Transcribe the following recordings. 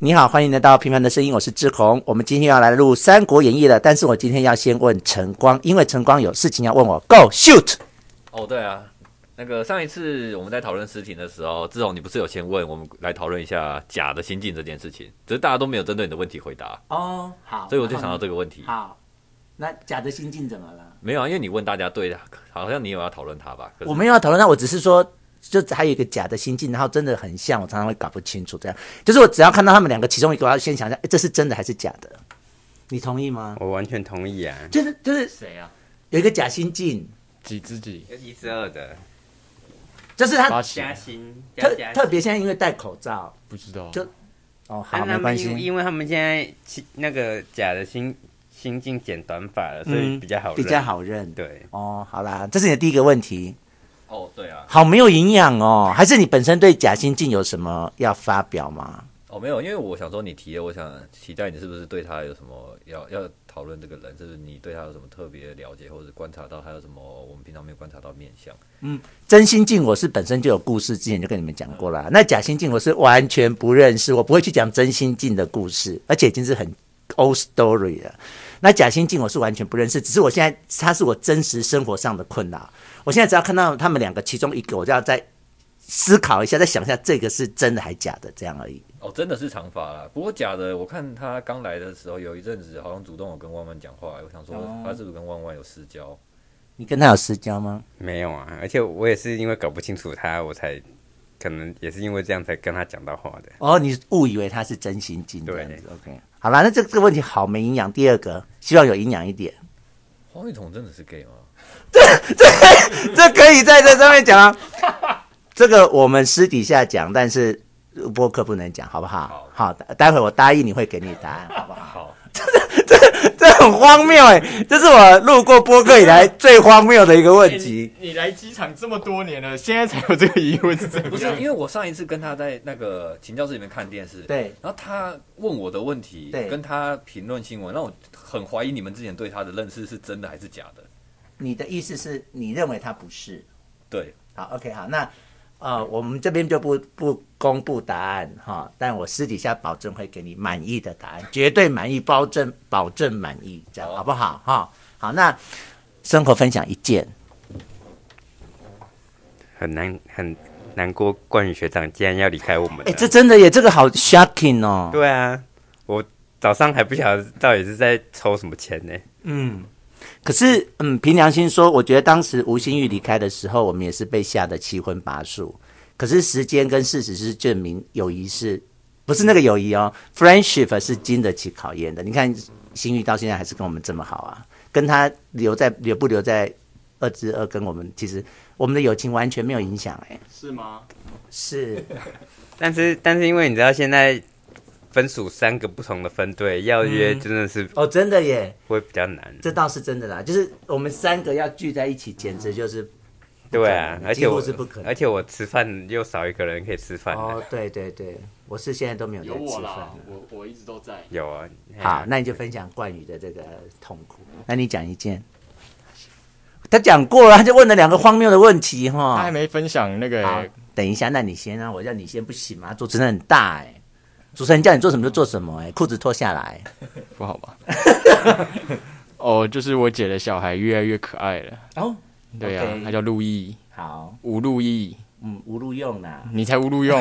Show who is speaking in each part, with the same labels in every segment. Speaker 1: 你好，欢迎来到《平凡的声音》，我是志宏。我们今天要来录《三国演义》了，但是我今天要先问晨光，因为晨光有事情要问我。Go shoot！
Speaker 2: 哦，对啊，那个上一次我们在讨论尸情的时候，志宏你不是有先问我们来讨论一下假的心境这件事情，只是大家都没有针对你的问题回答，
Speaker 1: 哦，好，
Speaker 2: 所以我就想到这个问题。
Speaker 1: 好，那假的心境怎么了？
Speaker 2: 没有啊，因为你问大家对的，好像你有要讨论它吧？可是
Speaker 1: 我没有要讨论，那我只是说，就还有一个假的心境，然后真的很像，我常常会搞不清楚。这样，就是我只要看到他们两个其中一个，我要先想一下，哎诶这是真的还是假的？你同意吗？
Speaker 3: 我完全同意啊，
Speaker 1: 就是就是
Speaker 2: 谁啊？
Speaker 1: 有一个假心境，
Speaker 4: 几只几
Speaker 3: 一之二的
Speaker 1: 就是啊他
Speaker 4: 八喜
Speaker 3: 加薪
Speaker 1: 特
Speaker 3: 加
Speaker 1: 特别现在因为戴口罩，
Speaker 4: 不知道，
Speaker 1: 就哦，
Speaker 3: 但
Speaker 1: 好，
Speaker 3: 他
Speaker 1: 没
Speaker 3: 们
Speaker 1: 关
Speaker 3: 因
Speaker 1: 系，
Speaker 3: 因为他们现在其那个假的新新进剪短发了，所以
Speaker 1: 嗯
Speaker 3: 比较好认、
Speaker 1: 比较好认。
Speaker 3: 对，
Speaker 1: 哦，好啦，这是你的第一个问题，
Speaker 2: 哦，对啊，
Speaker 1: 好没有营养哦，还是你本身对假心境有什么要发表吗？
Speaker 2: 哦，没有，因为我想说你提的，我想期待你是不是对他有什么要要讨论这个人，就是你对他有什么特别了解，或者观察到他有什么我们平常没有观察到面相。
Speaker 1: 真心境我是本身就有故事，之前就跟你们讲过啦。那假心境我是完全不认识，我不会去讲真心境的故事，而且已经是很 old story 了。那假心境我是完全不认识，只是我现在它是我真实生活上的困扰。我现在只要看到他们两个其中一个，我就要再思考一下，再想一下这个是真的还假的，这样而已。
Speaker 2: 哦，真的是长发啦。不过假的，我看他刚来的时候有一阵子好像主动有跟弯弯讲话，我想说
Speaker 1: 哦
Speaker 2: 他是不是跟弯弯有私交？
Speaker 1: 你跟他有私交吗？
Speaker 3: 没有啊，而且我也是因为搞不清楚他，我才可能也是因为这样才跟他讲到话的。
Speaker 1: 哦，你误以为他是真心境
Speaker 3: 对
Speaker 1: 这样子。OK，好啦，那这这个问题好没营养。第二个，希望有营养一点。
Speaker 2: 黄雨桐真的是 gay 吗？
Speaker 1: 这可以在这上面讲啊。这个我们私底下讲，但是呃播客不能讲，好不好？好，待会我答应你会给你答案，好不好？
Speaker 2: 好，
Speaker 1: 这很荒谬哎、这是我录过播客以来最荒谬的一个问题。
Speaker 4: 你来机场这么多年了，现在才有这个疑问是怎
Speaker 2: 不
Speaker 4: 么
Speaker 2: 是因
Speaker 4: 样？
Speaker 2: 为我上一次跟他在那个请教室里面看电视，，
Speaker 1: 对，
Speaker 2: 然后他问我的问题，
Speaker 1: 对
Speaker 2: 跟他评论新闻，让我很怀疑你们之前对他的认识是真的还是假的。
Speaker 1: 你的意思是你认为他不是？
Speaker 2: 对，
Speaker 1: 好，OK，好，那呃，我们这边就不不公布答案哈，但我私底下保证会给你满意的答案，绝对满意，保证保证满意，这样
Speaker 2: 好
Speaker 1: 好不好？哈，好，那生活分享一件，
Speaker 3: 很难很难过，冠宇学长竟然要离开我们了。
Speaker 1: 哎、这真的耶，这个好 shocking 哦。
Speaker 3: 对啊，我早上还不晓得到底是在抽什么钱呢、
Speaker 1: 嗯，可是嗯，凭良心说，我觉得当时吴新玉离开的时候，我们也是被吓得七荤八素。可是时间跟事实是证明，友谊是不是那个友谊哦？friendship 是经得起考验的。你看新玉到现在还是跟我们这么好啊，跟他留在留不留在二之二，跟我们其实我们的友情完全没有影响哎、
Speaker 4: 是吗？
Speaker 1: 是，
Speaker 3: 但是但是因为你知道现在分属三个不同的分队，要约真的是
Speaker 1: 哦，真的耶，
Speaker 3: 会比较难。
Speaker 1: 这倒是真的啦。就是我们三个要聚在一起，简直就是
Speaker 3: 对啊
Speaker 1: 不可，能
Speaker 3: 而且
Speaker 1: 几乎
Speaker 3: 我
Speaker 1: 是不可能
Speaker 3: 而且我吃饭又少一个人可以吃饭、
Speaker 1: 哦，对对对，我是现在都没有在
Speaker 4: 有
Speaker 1: 吃
Speaker 4: 我
Speaker 1: 饭
Speaker 4: 啦
Speaker 1: 了，
Speaker 4: 我我一直都在。
Speaker 3: 有啊，
Speaker 1: 好，那你就分享冠宇的这个痛苦。那你讲一件，他讲过了，他就问了两个荒谬的问题
Speaker 4: 他
Speaker 1: 哈
Speaker 4: 还。没啊分享那
Speaker 1: 好
Speaker 4: 个，
Speaker 1: 等一下，那你先啊，我叫你先，不行吗？主持人很大哎、主持人叫你做什么就做什么哎、裤子脱下来。
Speaker 4: 不好吧？哦，就是我姐的小孩越来越可爱了。
Speaker 1: 哦，
Speaker 4: 对呀、
Speaker 1: OK
Speaker 4: 他叫陆毅，
Speaker 1: 好，
Speaker 4: 吴陆毅，
Speaker 1: 嗯，无路用啦，
Speaker 4: 你才无路用，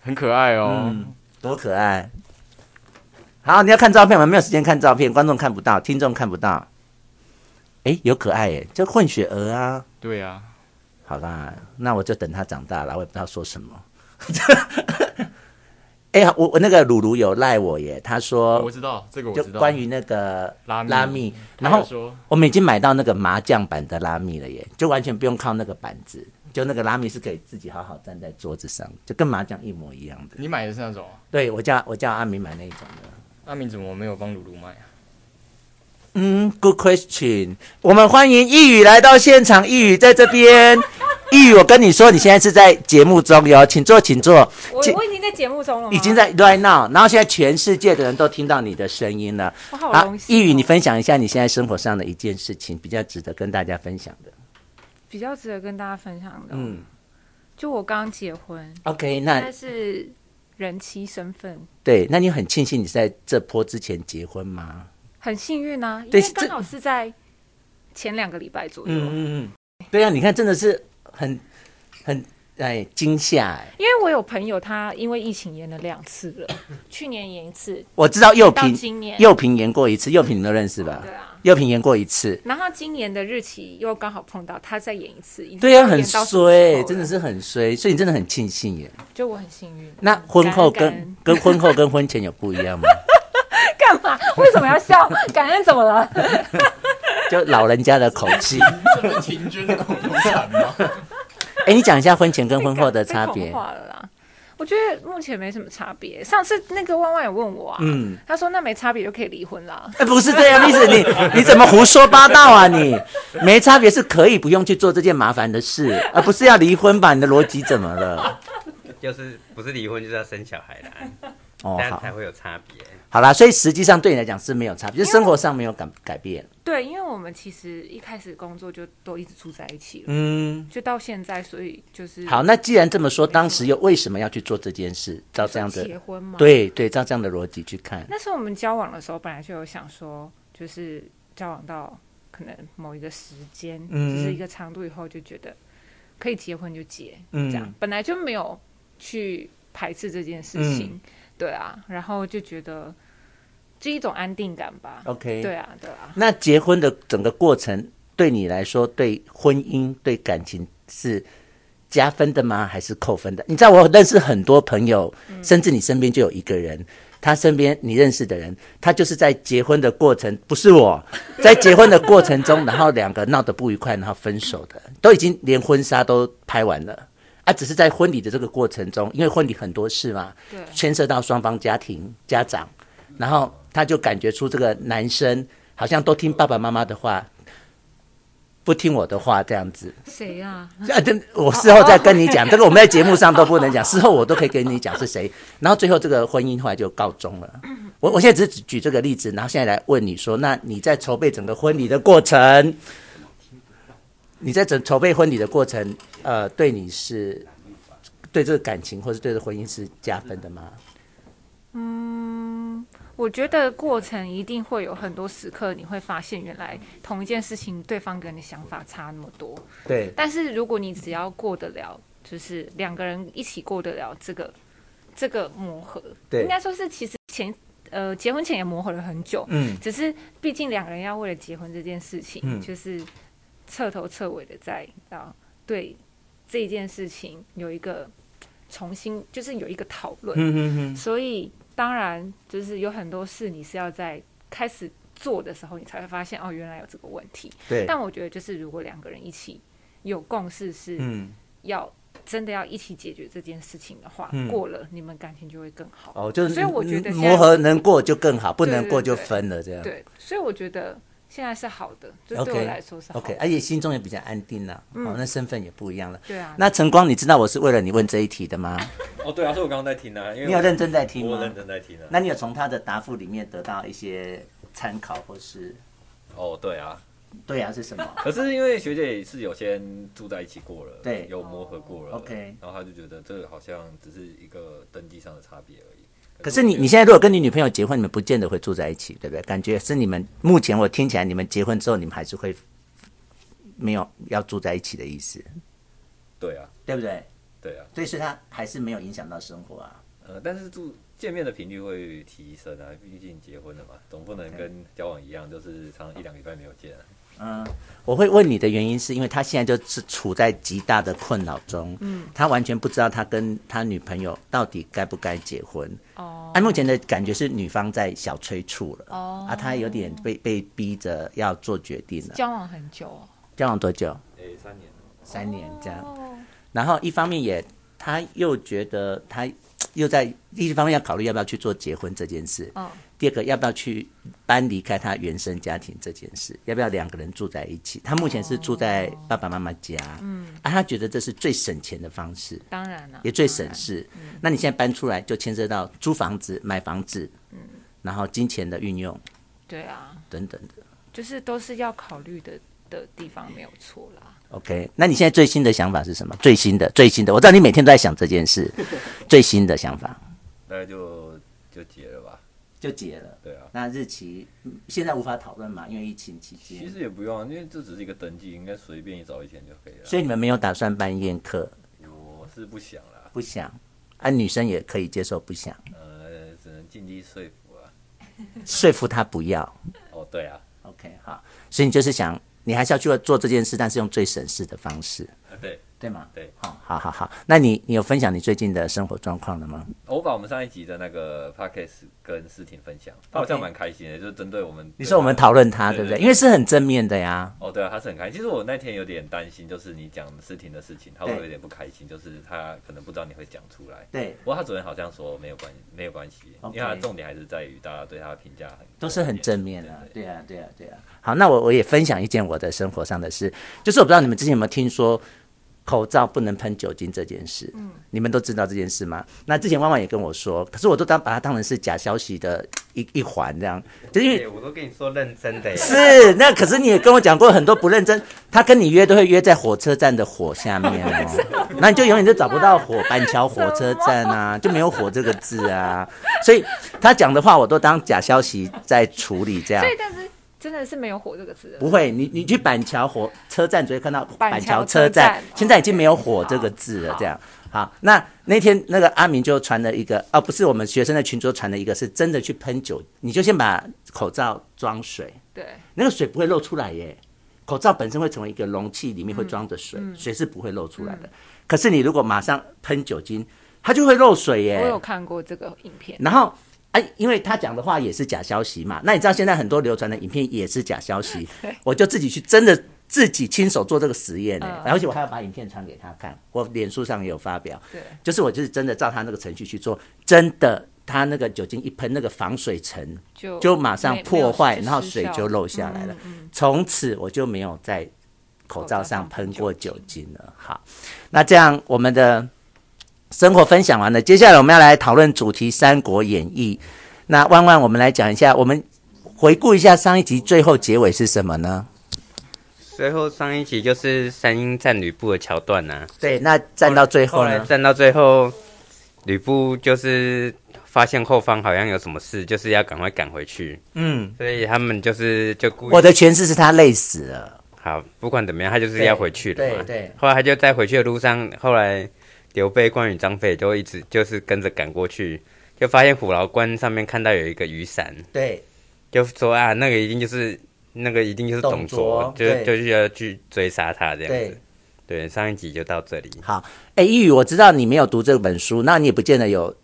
Speaker 4: 很可爱哦。
Speaker 1: 嗯，多可爱。好，你要看照片吗？没有时间看照片，观众看不到，听众看不到。哎、有可爱哎、这混血儿啊。
Speaker 4: 对呀、
Speaker 1: 好啦，那我就等他长大了，我也不知道说什么。 哎、呀，我我那个鲁鲁有赖我耶，他
Speaker 4: 我
Speaker 1: 说
Speaker 4: 知道这个，我
Speaker 1: 就
Speaker 4: 知道。
Speaker 1: 关于那个
Speaker 4: 拉
Speaker 1: 拉
Speaker 4: 密，
Speaker 1: 密，
Speaker 4: 他
Speaker 1: 然
Speaker 4: 有
Speaker 1: 后
Speaker 4: 说
Speaker 1: 我们已经买到那个麻将版的拉密了耶，就完全不用靠那个板子，就那个拉密是可以自己好好站在桌子上，就跟麻将一模一样的。
Speaker 4: 你买的是那种啊，
Speaker 1: 对我叫我叫阿明买那一种的。
Speaker 4: 阿明怎么没有帮鲁鲁买啊？
Speaker 1: 嗯，Good question。我们欢迎一宇来到现场，一宇在这边。一宇，我跟你说，你现在是在节目中哟，请坐，请坐。
Speaker 5: 我
Speaker 1: 这
Speaker 5: 我已经在节目中了吗，
Speaker 1: 已经在 right now，然后现在全世界的人都听到你的声音了。
Speaker 5: 我好
Speaker 1: 啊
Speaker 5: 荣，幸、哦
Speaker 1: 一宇，你分享一下你现在生活上的一件事情，比较值得跟大家分享的。
Speaker 5: 比较值得跟大家分享的，哦
Speaker 1: 嗯
Speaker 5: 就我刚结婚，
Speaker 1: ，OK，那
Speaker 5: 但是人妻身份，
Speaker 1: 对，那你很庆幸你是在这波之前结婚吗？
Speaker 5: 很幸运啊，因
Speaker 1: 对
Speaker 5: 为
Speaker 1: 是
Speaker 5: 刚
Speaker 1: 这
Speaker 5: 好是在前两个礼拜左右。
Speaker 1: 嗯嗯嗯，对啊，你看真的是很很哎惊吓哎，
Speaker 5: 因为我有朋友，他因为疫情延了两次了，去年延一次，
Speaker 1: 我知道幼
Speaker 5: 到
Speaker 1: 平
Speaker 5: 今年
Speaker 1: 幼平演过一次，幼平你都认识吧？
Speaker 5: 对啊，
Speaker 1: 幼平演过一次，
Speaker 5: 然后今年的日期又刚好碰到他再演一次，已经
Speaker 1: 对呀、啊很
Speaker 5: 延到什么时候
Speaker 1: 衰，欸
Speaker 5: 了
Speaker 1: 真的是很衰，所以你真的很庆幸耶。
Speaker 5: 就我很幸运。
Speaker 1: 那婚后
Speaker 5: 感恩
Speaker 1: 跟跟婚后跟婚前有不一样吗？
Speaker 5: 干嘛？为什么要笑？感恩怎么了？
Speaker 1: 就老人家的口 气。
Speaker 6: 这么平均的共同产吗？
Speaker 1: 哎，你讲一下婚前跟婚后的差
Speaker 5: 被
Speaker 1: 别
Speaker 5: 同。化了啦。我觉得目前没什么差别。上次那个万万有问我啊，
Speaker 1: 嗯
Speaker 5: 他说那没差别就可以离婚啦。
Speaker 1: 哎，不是这样，意思你 你怎么胡说八道啊你？没差别是可以不用去做这件麻烦的事，而不是要离婚吧？你的逻辑怎么了？
Speaker 3: 就是不是离婚就是要生小孩啦，
Speaker 1: 哦
Speaker 3: 这，样
Speaker 1: 好
Speaker 3: 才，会有差别。
Speaker 1: 好啦，所以实际上对你来讲是没有差别，就是生活上没有改改变。
Speaker 5: 对，因为我们其实一开始工作就都一直住在一起了，
Speaker 1: 嗯，
Speaker 5: 就到现在，所以就是
Speaker 1: 好，那既然这么说，当时又为什么要去做这件事？照这样的，
Speaker 5: 结婚嘛。，
Speaker 1: 对对，照这样的逻辑去看。
Speaker 5: 那时候我们交往的时候，本来就有想说，就是交往到可能某一个时间，
Speaker 1: 嗯
Speaker 5: 就是一个长度以后，就觉得可以结婚就结，
Speaker 1: 嗯
Speaker 5: 这样本来就没有去排斥这件事情，
Speaker 1: 嗯
Speaker 5: 对啊，然后就觉得这一种安定感吧，
Speaker 1: OK，
Speaker 5: 对啊，对啊，
Speaker 1: 那结婚的整个过程对你来说，对婚姻、对感情是加分的吗？还是扣分的？你知道我认识很多朋友，甚至你身边就有一个人，他身边你认识的人，他就是在结婚的过程，不是我， 在结婚的过程中，然后两个闹得不愉快，然后分手的，都已经连婚纱都拍完了。啊，只是在婚礼的这个过程中，因为婚礼很多事嘛，
Speaker 5: 对啊
Speaker 1: 牵涉到双方家庭、家长，然后他就感觉出这个男生好像都听爸爸妈妈的话，不听我的话这样子。
Speaker 5: 谁啊？
Speaker 1: 啊，这我事后再跟你讲，这个我们在节目上都不能讲，事后我都可以跟你讲是谁。然后最后这个婚姻后来就告终了。我我现在只是举举这个例子，然后现在来问你说，那你在筹备整个婚礼的过程，你在整筹备婚礼的过程，呃，对你是对这个感情或是对这个婚姻是加分的吗？
Speaker 5: 我觉得过程一定会有很多时刻，你会发现原来同一件事情，对方跟你想法差那么多，
Speaker 1: 对，
Speaker 5: 但是如果你只要过得了，就是两个人一起过得了这个这个磨合，
Speaker 1: 对
Speaker 5: 应该说是其实前呃结婚前也磨合了很久，
Speaker 1: 嗯，
Speaker 5: 只是毕竟两个人要为了结婚这件事情，
Speaker 1: 嗯
Speaker 5: 就是彻头彻尾的在啊对这件事情有一个重新，就是有一个讨论，
Speaker 1: 嗯嗯
Speaker 5: 所以当然就是有很多事你是要在开始做的时候，你才会发现哦，原来有这个问题。
Speaker 1: 对，
Speaker 5: 但我觉得，就是如果两个人一起有共识，是
Speaker 1: 嗯。
Speaker 5: 要真的要一起解决这件事情的话，
Speaker 1: 嗯
Speaker 5: 过了你们感情就会更好。
Speaker 1: 哦，就是
Speaker 5: 所以我觉得
Speaker 1: 嗯
Speaker 5: 现在
Speaker 1: 磨合能过就更好，不能
Speaker 5: 对
Speaker 1: 过就
Speaker 5: 对
Speaker 1: 分了这样。
Speaker 5: 对，所以我觉得现在是好的，就
Speaker 1: OK，
Speaker 5: 对我来说是好的。嗯
Speaker 1: OK，而且心中也比较安定了、哦，那身份也不一样了。
Speaker 5: 对啊，
Speaker 1: 那晨光，你知道我是为了你问这一题的吗？
Speaker 2: 哦，对啊，所以我刚刚在听啊，因为
Speaker 1: 你有认真在听
Speaker 2: 我
Speaker 1: 吗
Speaker 2: 认？真在听啊。
Speaker 1: 那你有从他的答复里面得到一些参考，或是
Speaker 2: 哦，对啊，
Speaker 1: 对啊是什 么？
Speaker 2: 可是因为学姐是有先住在一起过了，
Speaker 1: 对哦
Speaker 2: 有磨合过了
Speaker 1: OK
Speaker 2: 然后她就觉得这个好像只是一个登记上的差别而已。
Speaker 1: 可是你
Speaker 2: 我觉得
Speaker 1: 你现在如果跟你女朋友结婚，你们不见得会住在一起，对不对？感觉是你们目前我听起来，你们结婚之后，你们还是会没有要住在一起的意思，
Speaker 2: 对啊，
Speaker 1: 对不对？
Speaker 2: 对啊，
Speaker 1: 对，所以他还是没有影响到生活啊。
Speaker 2: 呃，但是住见面的频率会提升啊，毕竟结婚了嘛，总不能
Speaker 1: OK
Speaker 2: 跟交往一样，就是常常一两个礼拜没有见、啊。
Speaker 1: 嗯，我会问你的原因是因为他现在就是处在极大的困扰中，嗯，他完全不知道他跟他女朋友到底该不该结婚。
Speaker 5: 哦
Speaker 1: 按、目前的感觉是女方在小催促了，
Speaker 5: 哦
Speaker 1: 啊，他有点被被逼着要做决定了。
Speaker 5: 交往很久哦，
Speaker 1: 交往多久？
Speaker 2: 诶、三年了。
Speaker 1: 三年这样。然后一方面也，他又觉得他又在第一方面要考虑要不要去做结婚这件事，
Speaker 5: 嗯
Speaker 1: 第二个要不要去搬离开他原生家庭这件事，要不要两个人住在一起？他目前是住在爸爸妈妈家，嗯，啊，他觉得这是最省钱的方式，
Speaker 5: 当然了、
Speaker 1: 也最省事。那你现在搬出来就牵涉到租房子、买房子，嗯，然后金钱的运用
Speaker 5: 对啊，
Speaker 1: 等等的。
Speaker 5: 就是都是要考虑的的地方没有错啦。
Speaker 1: OK，那你现在最新的想法是什么？最新的、最新的，我知道你每天都在想这件事，最新的想法。
Speaker 2: 大概就就结了吧。
Speaker 1: 就结了。
Speaker 2: 对啊，
Speaker 1: 那日期嗯现在无法讨论嘛，因为疫情期
Speaker 2: 其
Speaker 1: 间，
Speaker 2: 实也不用啊，因为这只是一个登记，应该随便一找一天就可以了。
Speaker 1: 所以你们没有打算办宴客，
Speaker 2: 我是不想啦，
Speaker 1: 不想。啊，女生也可以接受不想，
Speaker 2: 呃，只能尽力说服啊。
Speaker 1: 说服她不要。
Speaker 2: 哦，对啊，
Speaker 1: OK，好，所以你就是想，你还是要去做这件事，但是用最省事的方式，
Speaker 2: 啊对，
Speaker 1: 对吗？
Speaker 2: 对。
Speaker 1: 好，好，好，好。那你你有分享你最近的生活状况了吗？
Speaker 2: 我把我们上一集的那个 podcast 跟思婷分享，她好像蛮开心的，就是针对我们。
Speaker 1: 你说我们讨论他，
Speaker 2: 对
Speaker 1: 对不对？
Speaker 2: 对对
Speaker 1: 因为是很正面的呀。
Speaker 2: 哦，对啊，他是很开心。其实我那天有点担心，就是你讲思婷的事情，他会
Speaker 1: 对
Speaker 2: 有点不开心，就是他可能不知道你会讲出来。
Speaker 1: 对，
Speaker 2: 不过他昨天好像说没有关没有关系
Speaker 1: OK
Speaker 2: 因为他重点还是在于大家对他的评价很
Speaker 1: 都是很正面的、
Speaker 2: 的。对
Speaker 1: 对啊，对啊，对啊。好，那我我也分享一件我的生活上的事，就是我不知道你们之前有没有听说口罩不能喷酒精这件事，你们都知道这件事吗？那之前万万也跟我说，可是我都当把它当成是假消息的一一环，这样，就是因为
Speaker 3: 对，我都跟你说认真的耶。
Speaker 1: 是，那可是你也跟我讲过很多不认真，他跟你约都会约在火车站的火下面哦，那你就永远就找不到火，板桥火车站啊，就没有火这个字啊，所以他讲的话我都当假消息在处理这样
Speaker 5: 所。以但是真的是没有火这个词
Speaker 1: 啊不
Speaker 5: 了。
Speaker 1: 会，你你去板桥火车站只会看到板桥车
Speaker 5: 板桥车站
Speaker 1: 现在已经没有“火”这个字了。
Speaker 5: 好
Speaker 1: 这样，好，那那天那个阿明就传了一个，哦，不是我们学生的群桌传了一个，是真的去喷酒，你就先把口罩装水，
Speaker 5: 对，
Speaker 1: 那个水不会漏出来耶。口罩本身会成为一个容器，里面会装着水，水是不会漏出来的。可是你如果马上喷酒精，它就会漏水耶。
Speaker 5: 我有看过这个影片。
Speaker 1: 然后，哎、因为他讲的话也是假消息嘛，那你知道现在很多流传的影片也是假消 息，我就自己去真的自己亲手做这个实验呢、
Speaker 5: 嗯
Speaker 1: 而且我还要把影片传给他看，我脸书上也有发表，
Speaker 5: 对，
Speaker 1: 就是我就是真的照他那个程序去做，真的。他那个酒精一喷，那个防水层
Speaker 5: 就
Speaker 1: 就马上
Speaker 5: 没
Speaker 1: 破坏，
Speaker 5: 没有
Speaker 1: 然后水就漏下
Speaker 5: 嗯
Speaker 1: 来了。从此我就没有在口罩上喷过酒精了。好，那这样我们的生活分享完了，接下来我们要来讨论主题《三国演义》。那万万，我们来讲一下，我们回顾一下上一集最后结尾是什么呢？
Speaker 3: 最后上一集就是三英战吕布的桥段啊，
Speaker 1: 对，啊那站到最后
Speaker 3: 后来
Speaker 1: 呢？
Speaker 3: 战到最后，吕布就是发现后方好像有什么事，就是要赶快赶回去，
Speaker 1: 嗯，
Speaker 3: 所以他们就是就故意
Speaker 1: 我的诠释是他累死了。
Speaker 3: 好，不管怎么样，他就是要回去了嘛。
Speaker 1: 对对
Speaker 3: 后来他就在回去的路上，后来刘备、关羽、张飞都一直就是跟着赶过去，就发现虎牢关上面看到有一个雨伞，
Speaker 1: 对
Speaker 3: 就说啊，那个一定就是那个一定就是董卓
Speaker 1: 董卓，
Speaker 3: 就
Speaker 1: 对
Speaker 3: 就是要去追杀他这样
Speaker 1: 对
Speaker 3: 子。，对，上一集就到这里。
Speaker 1: 好，哎，一宇，我知道你没有读这本书，那你也不见得有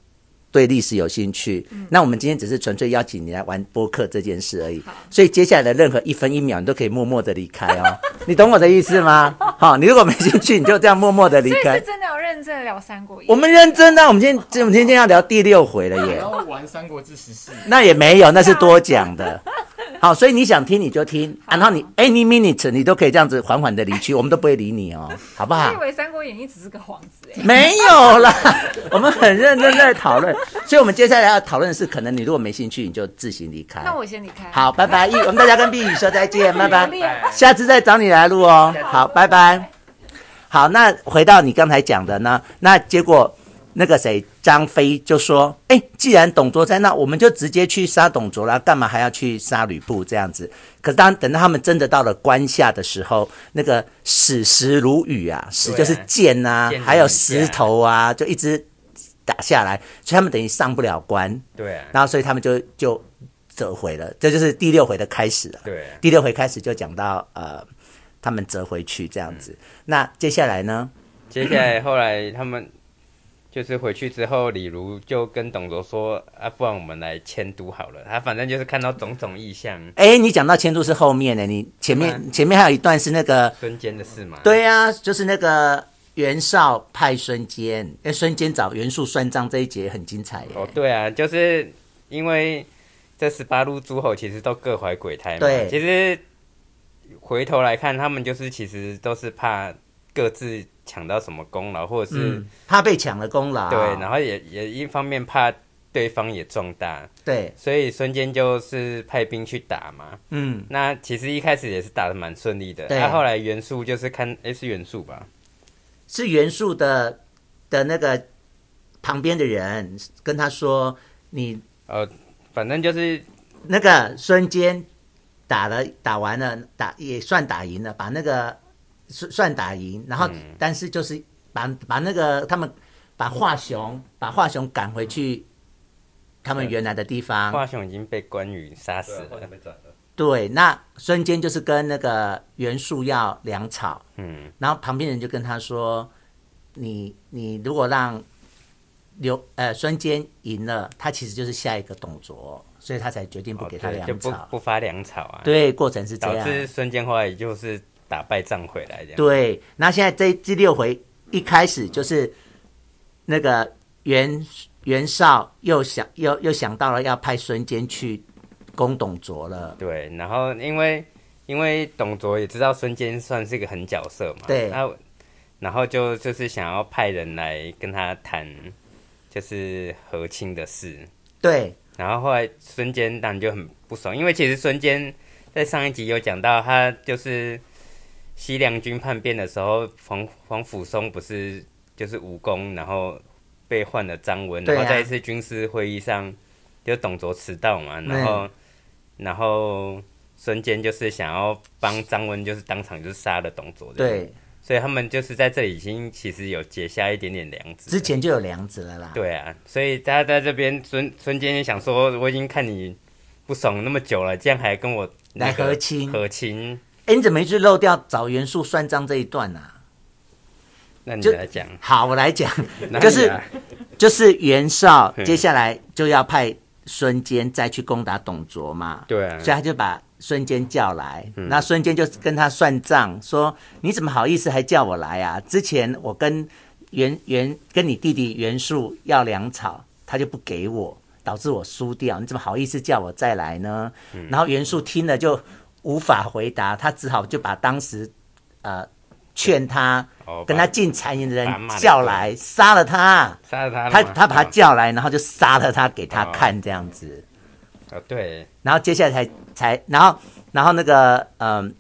Speaker 1: 对历史有兴趣。
Speaker 5: 嗯
Speaker 1: 那我们今天只是纯粹邀请你来玩播客这件事而已。所以接下来的任何一分一秒，你都可以默默的离开哦。你懂我的意思吗？好，你如果没兴趣，你就这样默默的离
Speaker 5: 所以
Speaker 1: 开
Speaker 5: 是。真的有认真地聊《三国演义》。
Speaker 1: 我们认真的、啊我们今天我们今天要聊第六回了 耶
Speaker 6: 然。后玩《三国志十四》，
Speaker 1: 那也没有，那是多讲的。好，所以你想听你就听，然后你 any minute 你都可以这样子缓缓的离去，我们都不会理你哦，好不好
Speaker 5: 我以？为《三国演义》只是个幌子哎。
Speaker 1: 没有啦， 我们很认真在讨论，所以我们接下来要讨论的是，可能你如果没兴趣，你就自行离开。
Speaker 5: 那我先离开。
Speaker 1: 好，拜拜，一我们大家跟碧宇说再见，拜拜
Speaker 5: 努，力啊，
Speaker 1: 下次再找你来录哦。好，拜拜。好，那回到你刚才讲的呢，那结果那个谁张飞就说，哎，既然董卓在那，我们就直接去杀董卓啦，干嘛还要去杀吕布这样子？可是当等到他们真的到了关下的时候，那个矢石如雨啊，矢就是剑啊
Speaker 3: 剑，
Speaker 1: 还有
Speaker 3: 如下
Speaker 1: 石头啊，就一直打下来，所以他们等于上不了关，
Speaker 3: 对 啊，
Speaker 1: 然后所以他们就就折回了，这就是第六回的开始了。
Speaker 3: 对啊，
Speaker 1: 第六回开始就讲到呃，他们折回去这样子。那接下来呢？
Speaker 3: 接下来后来他们就是回去之后，李儒就跟董卓说啊，不然我们来迁都好了。他反正就是看到种种异象，
Speaker 1: 哎，你讲到迁都是后面的，你前
Speaker 3: 啊
Speaker 1: 面前面还有一段是那个，
Speaker 3: 孙坚的事嘛。
Speaker 1: 对呀、就是那个袁绍派孙坚，哎，孙坚找袁术算账这一节很精彩耶。
Speaker 3: 哦，对啊，就是因为这十八路诸侯其实都各怀鬼胎嘛。
Speaker 1: 对
Speaker 3: 其实回头来看，他们就是其实都是怕各自抢到什么功劳，或者是、
Speaker 1: 嗯，啊怕被抢了功劳。
Speaker 3: 对，然后也也一方面怕对方也壮大，
Speaker 1: 对，
Speaker 3: 所以孙坚就是派兵去打嘛。
Speaker 1: 嗯，
Speaker 3: 那其实一开始也是打的蛮顺利的，
Speaker 1: 对
Speaker 3: 那、后来袁术就是看，诶，是袁术吧？
Speaker 1: 是袁术的的那个。旁边的人跟他说，你
Speaker 3: 哦反正就是
Speaker 1: 那个孙坚打了打完了，打也算打赢了，把那个算算打赢，然后、
Speaker 3: 嗯
Speaker 1: 但是就是把把那个他们把华雄把华雄赶回去他们原来的地方，
Speaker 3: 华雄已经被关羽杀死
Speaker 2: 对啊，换
Speaker 3: 了
Speaker 2: 你，被斩了。
Speaker 1: 对，那孙坚就是跟那个袁术要粮草，
Speaker 3: 嗯，
Speaker 1: 然后旁边人就跟他说：“你你如果让刘呃孙坚赢了，他其实就是下一个董卓，所以他才决定不
Speaker 3: 哦
Speaker 1: 给他
Speaker 3: 对就
Speaker 1: 粮
Speaker 3: 不
Speaker 1: 草。
Speaker 3: 不发粮草啊，，
Speaker 1: 对，过程是这
Speaker 3: 导
Speaker 1: 样。
Speaker 3: 致孙坚后来就是打败仗回来这样，
Speaker 1: 对，那现在这第六回一开始就是那个袁袁绍又想又又想到了要派孙坚去攻董卓了。
Speaker 3: 对，然后因为因为董卓也知道孙坚算是个狠角色嘛，
Speaker 1: 对
Speaker 3: 那然后就就是想要派人来跟他谈，就是和亲的事。
Speaker 1: 对，
Speaker 3: 然后后来孙坚当然就很不爽，因为其实孙坚在上一集有讲到，他就是西凉军叛变的时候，黄黄甫松不是就是武功，然后被换了张温，
Speaker 1: 对啊
Speaker 3: 然后在一次军事会议上，就董卓迟到嘛，
Speaker 1: 嗯
Speaker 3: 然后、然后孙坚就是想要帮张温，就是当场就杀了董卓，
Speaker 1: 对，，
Speaker 3: 所以他们就是在这里已经其实有结下一点点梁子了，
Speaker 1: 之前就有梁子了啦。
Speaker 3: 对啊，所以他在这边孙孙坚也想说，我已经看你不爽那么久了，这样还跟我、那
Speaker 1: 来
Speaker 3: 个
Speaker 1: 和亲
Speaker 3: 和亲，
Speaker 1: 哎，你怎么一直漏掉找袁术算账这一段啊？
Speaker 3: 那你
Speaker 1: 就
Speaker 3: 来讲，
Speaker 1: 好，我来讲，
Speaker 3: 那
Speaker 1: 就
Speaker 3: 你
Speaker 1: 是
Speaker 3: 来
Speaker 1: 就是袁绍
Speaker 3: 嘿
Speaker 1: 接下来就要派孙坚再去攻打董卓嘛，
Speaker 3: 对啊，
Speaker 1: 所以他就把孙坚叫来，
Speaker 3: 嗯
Speaker 1: 那孙坚就跟他算账，说你怎么好意思还叫我来啊？之前我跟袁袁跟你弟弟袁术要粮草，他就不给我，导致我输掉，你怎么好意思叫我再来呢？
Speaker 3: 嗯
Speaker 1: 然后袁术听了就无法回答，他只好就把当时呃劝他
Speaker 3: 哦
Speaker 1: 跟他
Speaker 3: 把
Speaker 1: 进谗言的
Speaker 3: 把他
Speaker 1: 人
Speaker 3: 骂了一顿
Speaker 1: 叫来杀了他，
Speaker 3: 杀了他哦了嗯
Speaker 1: 他
Speaker 3: 吗
Speaker 1: 他把他叫来，然后就杀了他给他看这样子，
Speaker 3: 哦对，
Speaker 1: 然后接下来才才然后然后那个嗯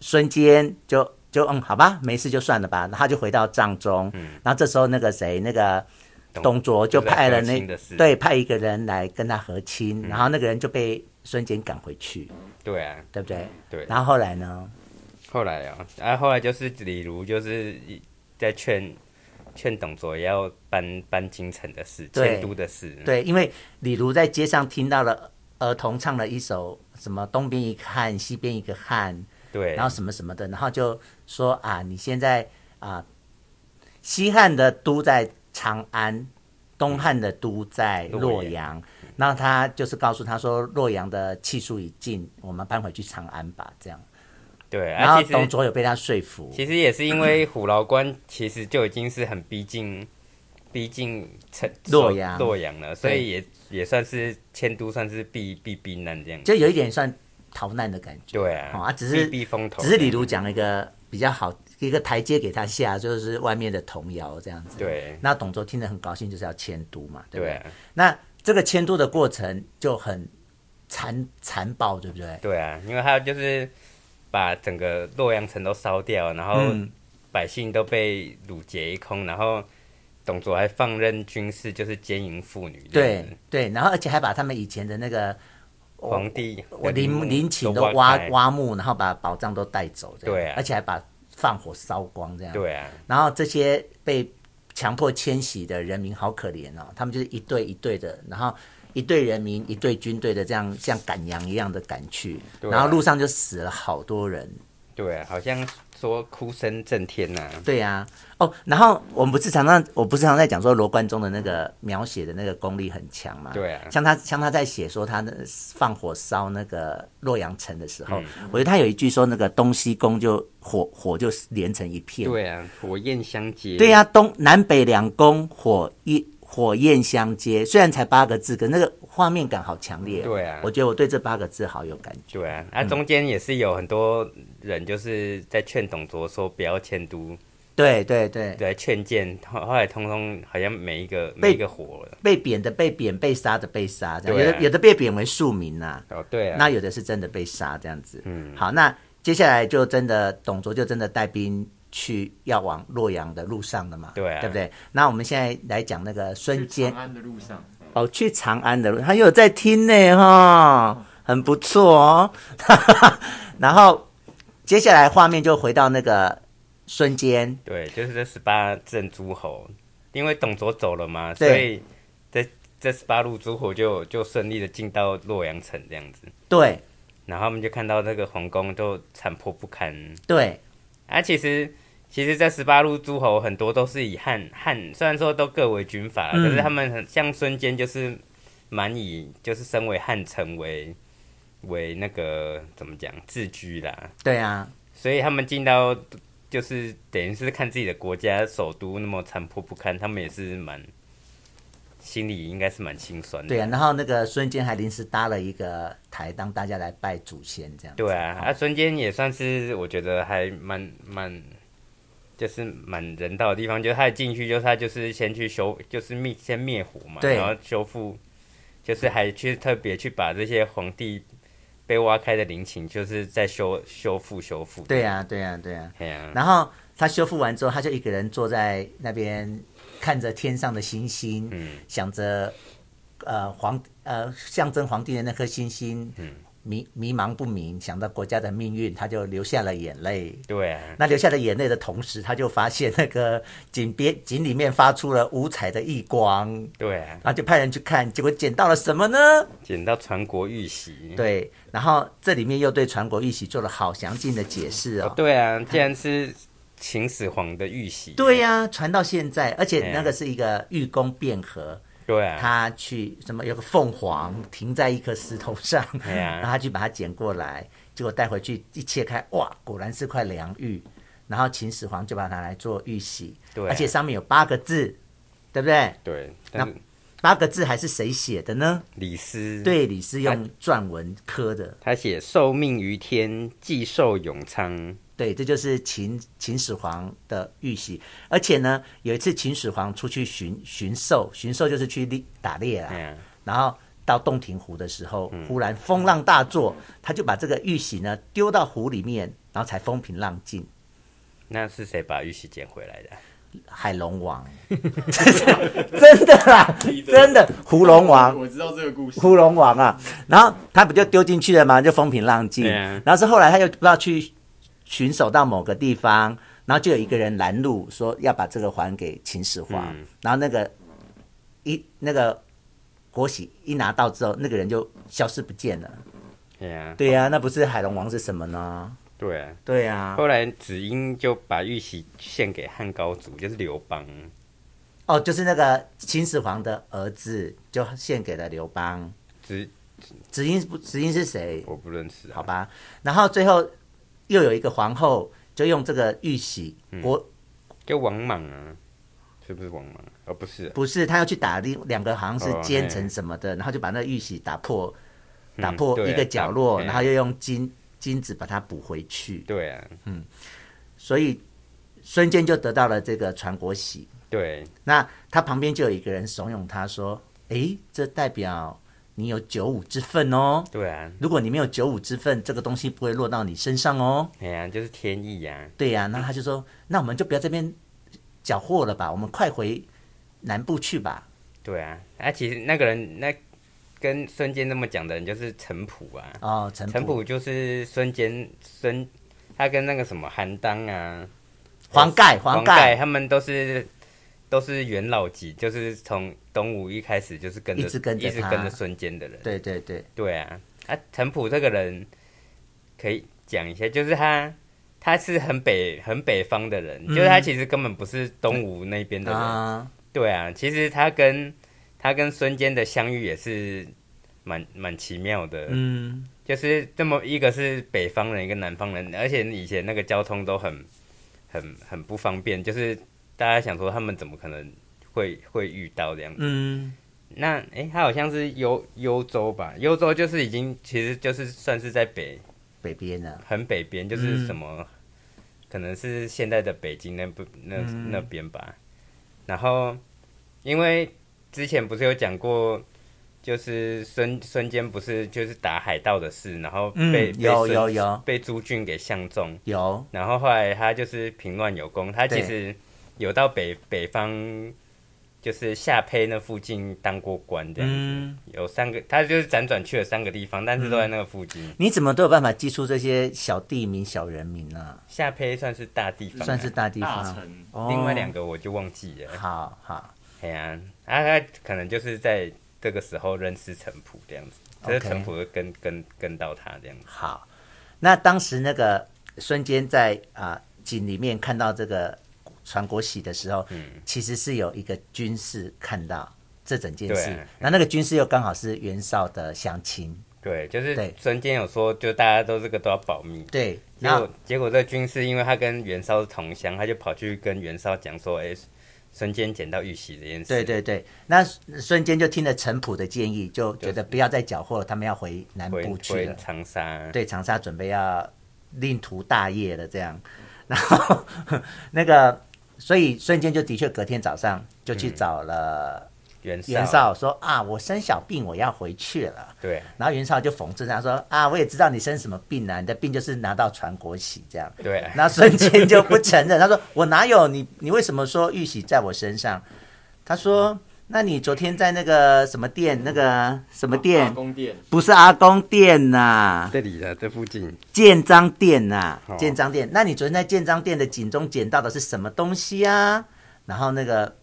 Speaker 1: 孙坚就就嗯好吧没事就算了吧，然后他就回到帐中，然后这时候那个谁那个董卓就派了
Speaker 3: 就在和
Speaker 1: 那
Speaker 3: 亲的事
Speaker 1: 对派一个人来跟他和亲，然后那个人就被孙坚赶回去，
Speaker 3: 对啊，
Speaker 1: 对不对？嗯
Speaker 3: 对
Speaker 1: 然后后来呢？
Speaker 3: 后来哦，啊后来就是李儒就是一在劝劝董卓要搬搬京城的事，
Speaker 1: 对
Speaker 3: 迁都的事，，
Speaker 1: 对，因为李儒在街上听到了儿童唱了一首什么“东边一个汉，西边一个汉”，
Speaker 3: 对
Speaker 1: 然后什么什么的，然后就说啊，你现在啊，西汉的都在长安，东汉的都在洛
Speaker 3: 嗯洛
Speaker 1: 阳。然后他就是告诉他说，洛阳的气数已尽，我们搬回去长安吧，这样。
Speaker 3: 对，
Speaker 1: 然
Speaker 3: 啊
Speaker 1: 后
Speaker 3: 其实
Speaker 1: 董卓有被他说服，
Speaker 3: 其实也是因为虎牢关其实就已经是很逼近逼近城
Speaker 1: 洛阳
Speaker 3: 洛阳了，所以也也算是迁都，算是避避避难这样。
Speaker 1: 就有一点算逃难的感觉。
Speaker 3: 对
Speaker 1: 哦
Speaker 3: 啊，
Speaker 1: 啊只是
Speaker 3: 避避风头，
Speaker 1: 只是李儒讲了一个比较好一个台阶给他下，就是外面的童谣这样子。
Speaker 3: 对
Speaker 1: 那董卓听得很高兴，就是要迁都嘛，对不对？
Speaker 3: 对啊
Speaker 1: 那这个迁都的过程就很残残暴，对不对？
Speaker 3: 对啊，因为他就是把整个洛阳城都烧掉，然后
Speaker 1: 嗯
Speaker 3: 百姓都被掳劫一空，然后董卓还放任军士就是奸淫妇女这样
Speaker 1: 对
Speaker 3: 子，
Speaker 1: 对，然后而且还把他们以前的那个哦
Speaker 3: 皇帝
Speaker 1: 我陵陵寝都
Speaker 3: 呃都
Speaker 1: 挖
Speaker 3: 开，
Speaker 1: 挖墓，然后把宝藏都带走，这样
Speaker 3: 对啊
Speaker 1: 而且还把放火烧光这样。
Speaker 3: 对啊，
Speaker 1: 然后这些被强迫迁徙的人民好可怜哦，他们就是一队一队的，然后一队人民一队军队的这样像赶羊一样的赶去，
Speaker 3: 对啊
Speaker 1: 然后路上就死了好多人。
Speaker 3: 对啊，好像说哭声震天呐、
Speaker 1: 对呀、哦，然后我们不是常常，我不是常在讲说罗贯中的那个描写的那个功力很强嘛？
Speaker 3: 对啊
Speaker 1: 像他像他在写说他的放火烧那个洛阳城的时候，
Speaker 3: 嗯
Speaker 1: 我觉得他有一句说那个东西宫就火火就连成一片，
Speaker 3: 对啊，火焰相接。
Speaker 1: 对、啊呀、东南北两宫火一火焰相接，虽然才八个字，可那个画面感好强烈、
Speaker 3: 对啊
Speaker 1: 我觉得我对这八个字好有感觉。
Speaker 3: 对啊，那、中间也是有很多人就是在劝董卓说不要迁都，
Speaker 1: 对对对，
Speaker 3: 对，劝谏，后后来通通好像每一个
Speaker 1: 被
Speaker 3: 每一个火了。
Speaker 1: 被贬的被贬，被杀的被杀，这样、
Speaker 3: 对
Speaker 1: 有
Speaker 3: 啊
Speaker 1: 的有的被贬为庶民呐、
Speaker 3: 哦，对啊，
Speaker 1: 那有的是真的被杀这样子。
Speaker 3: 嗯
Speaker 1: 好，那接下来就真的董卓就真的带兵去要往洛阳的路上的嘛，
Speaker 3: 对啊
Speaker 1: 对不对？那我们现在来讲那个孙
Speaker 6: 去
Speaker 1: 坚
Speaker 6: 长安的路上，
Speaker 1: 哦，去长安的路，他有在听呢哈，很不错哦。 然后接下来画面就回到那个孙坚，
Speaker 3: 对，就是这十八镇诸侯，因为董卓走了嘛，
Speaker 1: 对
Speaker 3: 所以这这十八路诸侯就就顺利的进到洛阳城这样子，
Speaker 1: 对
Speaker 3: 然后他们就看到那个皇宫都残破不堪。
Speaker 1: 对
Speaker 3: 啊，其实其实这十八路诸侯很多都是以汉汉，虽然说都各为军阀，
Speaker 1: 嗯
Speaker 3: 可是他们很像孙坚就是蛮以就是身为汉臣为为那个怎么讲自居啦，
Speaker 1: 对啊，
Speaker 3: 所以他们进到就是等于是看自己的国家首都那么残破不堪，他们也是蛮心里应该是蛮心酸的。
Speaker 1: 对啊。然后那个孙坚还临时搭了一个台，让大家来拜祖先这样子。
Speaker 3: 对啊，啊，孙坚也算是我觉得还蛮蛮，就是蛮人道的地方，就是他一进去就是他就是先去修，就是灭先灭火嘛，
Speaker 1: 对
Speaker 3: 然后修复，就是还去特别去把这些皇帝被挖开的陵寝，就是在修修复修复。
Speaker 1: 对，啊，对啊，对啊。
Speaker 3: 哎呀、
Speaker 1: 然后他修复完之后，他就一个人坐在那边看着天上的星星，
Speaker 3: 嗯
Speaker 1: 想着呃皇呃象征皇帝的那颗星星，迷迷茫不明，想到国家的命运，他就流下了眼泪。
Speaker 3: 对啊，
Speaker 1: 那流下了眼泪的同时，他就发现那个井边井里面发出了五彩的异光，
Speaker 3: 对啊，
Speaker 1: 然后就派人去看，结果捡到了什么呢？
Speaker 3: 捡到传国玉玺。
Speaker 1: 对，啊然后这里面又对传国玉玺做了好详尽的解释哦。
Speaker 3: 对啊，竟然是秦始皇的玉玺。
Speaker 1: 对啊
Speaker 3: 呀、
Speaker 1: 呀、传到现在，而且
Speaker 3: 嗯
Speaker 1: 那个是一个玉工卞和，
Speaker 3: 对啊，
Speaker 1: 他去什么有个凤凰停在一颗石头上，
Speaker 3: 哎呀
Speaker 1: 然后他去把它捡过来，结果带回去一切开，哇，果然是块良玉。然后秦始皇就把它拿来做玉玺，
Speaker 3: 对啊
Speaker 1: 而且上面有八个字，对不对？
Speaker 3: 对，但是
Speaker 1: 八个字还是谁写的呢？
Speaker 3: 李斯。
Speaker 1: 对，李斯用篆文刻的，
Speaker 3: 他写受命于天，既寿永昌。
Speaker 1: 对，这就是秦秦始皇的玉玺。而且呢，有一次秦始皇出去巡巡狩，巡狩就是去猎打猎啦，
Speaker 3: 哎呀，嗯
Speaker 1: 然后到洞庭湖的时候，忽然风浪大作，他就把这个玉玺呢丢到湖里面，然后才风平浪静。
Speaker 3: 那是谁把玉玺捡回来的？
Speaker 1: 海龙王， 真的啦，真的，胡龙王，
Speaker 6: 我知道这个故事。
Speaker 1: 呼龙王啊，然后他不就丢进去了吗？就风平浪静。
Speaker 3: 对啊
Speaker 1: 然后是后来他又不知道去巡守到某个地方，然后就有一个人拦路说要把这个还给秦始皇。
Speaker 3: 嗯
Speaker 1: 然后那个一那个国玺一拿到之后，那个人就消失不见了。
Speaker 3: 哎呀，
Speaker 1: 对啊呀、那不是海龙王是什么呢？
Speaker 3: 对啊。
Speaker 1: 对呀、
Speaker 3: 后来子婴就把玉玺献给汉高祖，就是刘邦。
Speaker 1: 哦，就是那个秦始皇的儿子就献给了刘邦。
Speaker 3: 子
Speaker 1: 子婴不子婴是谁？
Speaker 3: 我不认识、啊，
Speaker 1: 好，吧。然后最后又有一个皇后，就用这个玉玺，
Speaker 3: 嗯
Speaker 1: 国
Speaker 3: 就王莽啊，是不是王莽？哦，不是啊、
Speaker 1: 不是她要去打另两个好像是
Speaker 3: 哦
Speaker 1: 奸
Speaker 3: 嘿
Speaker 1: 臣什么的，然后就把那个玉玺打破，
Speaker 3: 嗯
Speaker 1: 打破
Speaker 3: 对
Speaker 1: 一
Speaker 3: 啊
Speaker 1: 个角落，
Speaker 3: 打
Speaker 1: 然后又用金金子把它补回去，
Speaker 3: 对啊，
Speaker 1: 所以孙坚就得到了这个传国玺。
Speaker 3: 对，
Speaker 1: 那他旁边就有一个人怂恿他说：“诶，这代表你有九五之分哦。
Speaker 3: 对啊，
Speaker 1: 如果你没有九五之分，这个东西不会落到你身上哦。”
Speaker 3: 哎呀、就是天意啊呀、
Speaker 1: 对呀、那他就说，那我们就不要这边缴获了吧，我们快回南部去吧。
Speaker 3: 对啊，啊，其实那个人那跟孙坚那么讲的人就是陈普啊，
Speaker 1: 哦，陈
Speaker 3: 陈普就是孙坚孙，他跟那个什么韩当啊、
Speaker 1: 黄盖，
Speaker 3: 黄盖
Speaker 1: 盖
Speaker 3: 他们都是都是元老级，就是从东吴一开始就是跟着
Speaker 1: 一直跟着
Speaker 3: 一直
Speaker 1: 他
Speaker 3: 跟着孙坚的人。
Speaker 1: 对对对，
Speaker 3: 对啊，啊，陈普这个人可以讲一下，就是他他是很北很北方的人，就是他其实根本不是东吴那边的人。
Speaker 1: 嗯啊、
Speaker 3: 对啊，其实他跟他跟孙坚的相遇也是蛮蛮奇妙的。
Speaker 1: 嗯，
Speaker 3: 就是这么一个是北方人，一个南方人，而且以前那个交通都很很很不方便，就是大家想说他们怎么可能会会遇到这样子？
Speaker 1: 嗯，
Speaker 3: 那诶、他好像是幽幽州吧？幽州就是已经其实就是算是在北
Speaker 1: 北边呢，
Speaker 3: 很北边，就是什么、可能是现在的北京那不那、
Speaker 1: 嗯
Speaker 3: 那边吧。然后因为之前不是有讲过就是孙孙坚不是就是打海盗的事，然后
Speaker 1: 嗯
Speaker 3: 被、被
Speaker 1: 有
Speaker 3: 孙
Speaker 1: 有有
Speaker 3: 被朱俊给相中，
Speaker 1: 有，
Speaker 3: 然后后来他就是平乱有功，他其
Speaker 1: 对
Speaker 3: 实有到北北方，就是下邳那附近当过官这样子，
Speaker 1: 嗯
Speaker 3: 有三个，他就是辗转去了三个地方，但是都在那个附近。
Speaker 1: 你怎么都有办法记出这些小地名、小人名呢、
Speaker 3: 下邳算是大地方啊、
Speaker 1: 算是大地
Speaker 6: 大
Speaker 1: 方。
Speaker 6: 臣
Speaker 1: 哦
Speaker 3: 另外两个我就忘记了。
Speaker 1: 好好，
Speaker 3: 哎呀、啊，他可能就是在这个时候认识陈普这样子，这是
Speaker 1: OK
Speaker 3: 陈普就跟跟跟到他这样子。
Speaker 1: 好，那当时那个孙坚在啊、井里面看到这个传国玺的时候，
Speaker 3: 嗯
Speaker 1: 其实是有一个军士看到这整件事
Speaker 3: 对啊，
Speaker 1: 那那个军士又刚好是袁绍的乡亲，
Speaker 3: 对，就是
Speaker 1: 对
Speaker 3: 孙坚有说，就大家都这个都要保密。
Speaker 1: 对，
Speaker 3: 结
Speaker 1: 然后
Speaker 3: 果结果这军师因为他跟袁绍是同乡，他就跑去跟袁绍讲说，哎、孙坚捡到玉玺这件事。
Speaker 1: 对对对，那孙坚就听了陈普的建议，就觉得不要再搅和了，他们要回南
Speaker 3: 回
Speaker 1: 部去
Speaker 3: 回
Speaker 1: 了，
Speaker 3: 长沙，
Speaker 1: 对长沙准备要另图大业了这样。 然后那个，所以孙坚就的确隔天早上就去找了
Speaker 3: 嗯袁绍，
Speaker 1: 袁绍说啊，我生小病，我要回去了。
Speaker 3: 对
Speaker 1: 然后袁绍就讽刺他说啊，我也知道你生什么病啊，你的病就是拿到传国玺这样。
Speaker 3: 对
Speaker 1: 那孙坚就不承认，他说我哪有你？你为什么说玉玺在我身上？他说，那你昨天在那个什么店，那个什么
Speaker 6: 大
Speaker 1: 店？
Speaker 6: 宫殿，
Speaker 1: 不是阿公店呐、
Speaker 3: 这里啊，这附近
Speaker 1: 建章店呐、
Speaker 3: 哦
Speaker 1: 建章店。那你昨天在建章店的井中捡到的是什么东西啊？然后那个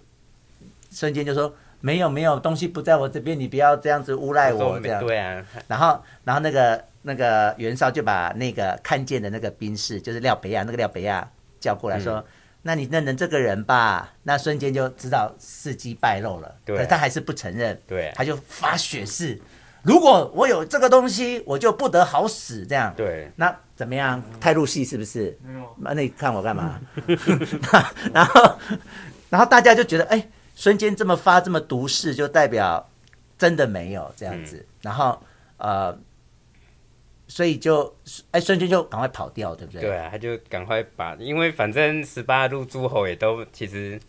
Speaker 1: 孙坚就说。没有没有，东西不在我这边，你不要这样子诬赖我这样。
Speaker 3: 对啊，
Speaker 1: 然后，然后那个那个袁绍就把那个看见的那个兵士，就是廖北亚那个廖北亚叫过来说：“
Speaker 3: 嗯
Speaker 1: 那你认认这个人吧。”那瞬间就知道事机败露了，
Speaker 3: 对
Speaker 1: 可是他还是不承认，
Speaker 3: 对
Speaker 1: 他就发血誓：“如果我有这个东西，我就不得好死。”这样，
Speaker 3: 对，
Speaker 1: 那怎么样？太入戏是不是？啊
Speaker 6: 没有
Speaker 1: 那你看我干 嘛？那然后，然后大家就觉得，哎、孙坚这么发这么毒誓，就代表真的没有这样
Speaker 6: 嗯
Speaker 1: 子。然后呃，所以就哎，孙坚就赶快跑掉，对不对？
Speaker 3: 对啊，他就赶快把，因为反正十八路诸侯也都其实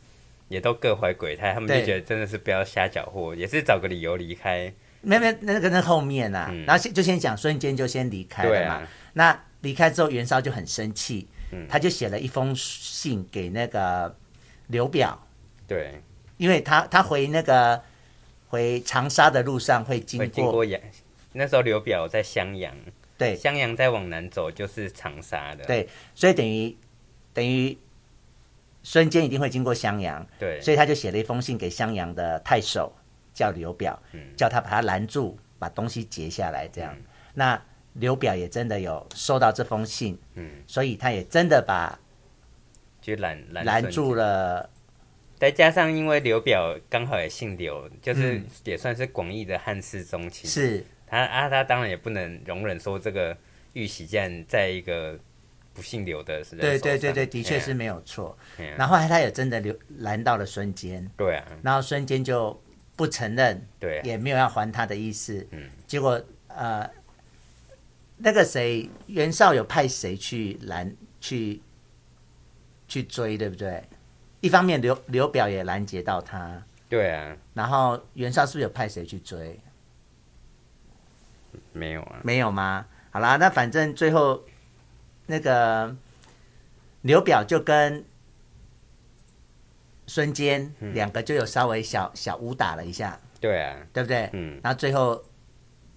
Speaker 3: 也都各怀鬼胎，他们就
Speaker 1: 对
Speaker 3: 觉得真的是不要瞎搅和，也是找个理由离开。
Speaker 1: 没没那个那后面啊，
Speaker 6: 嗯
Speaker 1: 然后先就先讲孙坚就先离开
Speaker 3: 对
Speaker 1: 了嘛。
Speaker 3: 啊，
Speaker 1: 那离开之后，袁绍就很生气，
Speaker 6: 嗯
Speaker 1: 他就写了一封信给那个刘表，
Speaker 3: 对，
Speaker 1: 因为他他回那个回长沙的路上会经
Speaker 3: 会经过阳，那时候刘表在襄阳，
Speaker 1: 对
Speaker 3: 襄阳再往南走就是长沙的。
Speaker 1: 对，所以等于等于孙坚一定会经过襄阳，
Speaker 3: 对
Speaker 1: 所以他就写了一封信给襄阳的太守，叫刘表，
Speaker 3: 嗯
Speaker 1: 叫他把他拦住，把东西截下来，这样。那刘表也真的有收到这封信，
Speaker 3: 嗯，
Speaker 1: 所以他也真的把
Speaker 3: 就拦拦
Speaker 1: 拦
Speaker 3: 孙
Speaker 1: 住了，
Speaker 3: 再加上因为刘表刚好也姓刘，就是也算是广义的汉室宗亲。
Speaker 1: 嗯是
Speaker 3: 他啊，他当然也不能容忍说这个玉玺竟然在一个不姓刘的人手上。
Speaker 1: 对对对对，的确是
Speaker 3: 嘿啊。
Speaker 1: 没有错。
Speaker 3: 嘿啊
Speaker 1: 然后后来他也真的留拦到了孙坚，
Speaker 3: 对啊，
Speaker 1: 然后孙坚就不承认，
Speaker 3: 对啊，
Speaker 1: 也没有要还他的意思。
Speaker 3: 嗯
Speaker 1: 结果呃，那个谁，袁绍有派谁去拦去去追，对不对？一方面刘刘表也拦截到他，
Speaker 3: 对啊，
Speaker 1: 然后袁绍是不是有派谁去追？
Speaker 3: 没有啊，
Speaker 1: 没有吗？好啦，那反正最后那个刘表就跟孙坚
Speaker 3: 嗯
Speaker 1: 两个就有稍微小小武打了一下，
Speaker 3: 对啊，
Speaker 1: 对不对？
Speaker 3: 嗯，
Speaker 1: 然后最后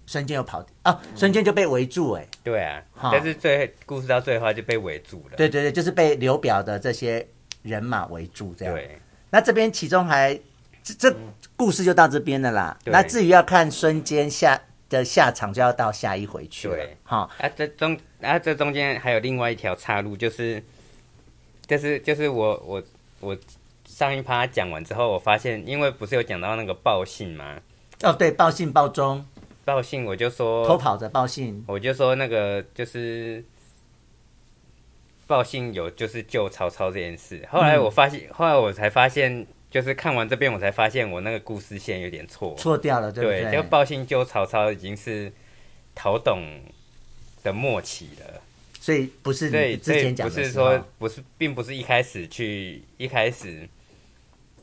Speaker 1: 孙坚又跑哦，孙坚就被围住哎、
Speaker 3: 对啊。
Speaker 1: 好
Speaker 3: 但是最故事到最后他就被围住了。
Speaker 1: 对对对，就是被刘表的这些人马围住这样。
Speaker 3: 对嗯
Speaker 1: 那这边其中还这这故事就到这边了啦。
Speaker 3: 对
Speaker 1: 那至于要看孙坚下的下场，就要到下一回去了
Speaker 3: 对。
Speaker 1: 哈，
Speaker 3: 啊，这中啊这中间还有另外一条岔路，就是就是就是我我我上一趴讲完之后，我发现因为不是有讲到那个报信吗？
Speaker 1: 哦对，报信报忠，
Speaker 3: 报信我就说
Speaker 1: 偷跑着报信，
Speaker 3: 我就说那个就是报信有就是救曹操这件事。后
Speaker 1: 嗯
Speaker 3: 来我发现，后来我才发现，就是看完这边我才发现我那个故事线有点错。
Speaker 1: 错掉了，对
Speaker 3: 对，
Speaker 1: 不
Speaker 3: 就
Speaker 1: 对？
Speaker 3: 报信救曹操已经是陶董的末期了。
Speaker 1: 所以不是
Speaker 3: 对，
Speaker 1: 你之
Speaker 3: 所以
Speaker 1: 前
Speaker 3: 不
Speaker 1: 讲的
Speaker 3: 是
Speaker 1: 时候
Speaker 3: 说不是，并不是一开始去一开始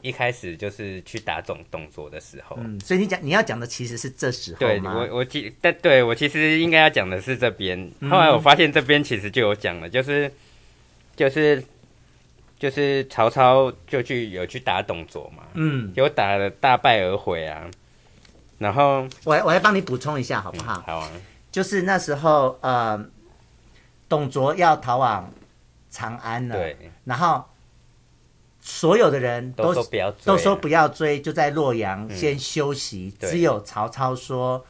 Speaker 3: 一开始就是去打这种动作的时候。
Speaker 1: 嗯，所以你讲你要讲的其实是这时候
Speaker 3: 对
Speaker 1: 吗？
Speaker 3: 我，我其但对我其实应该要讲的是这边。
Speaker 1: 嗯
Speaker 3: 后来我发现这边其实就有讲了，就是就是就是曹操就去有去打董卓嘛，
Speaker 1: 嗯，
Speaker 3: 结果打了大败而回啊。然后
Speaker 1: 我来我来帮你补充一下好不好？
Speaker 3: 好啊，
Speaker 1: 就是那时候呃，董卓要逃往长安了，
Speaker 3: 对，
Speaker 1: 然后所有的人
Speaker 3: 都
Speaker 1: 都
Speaker 3: 说不要追啊，嗯
Speaker 1: 都说不要追，就在洛阳先休息。
Speaker 3: 对
Speaker 1: 只有曹操说，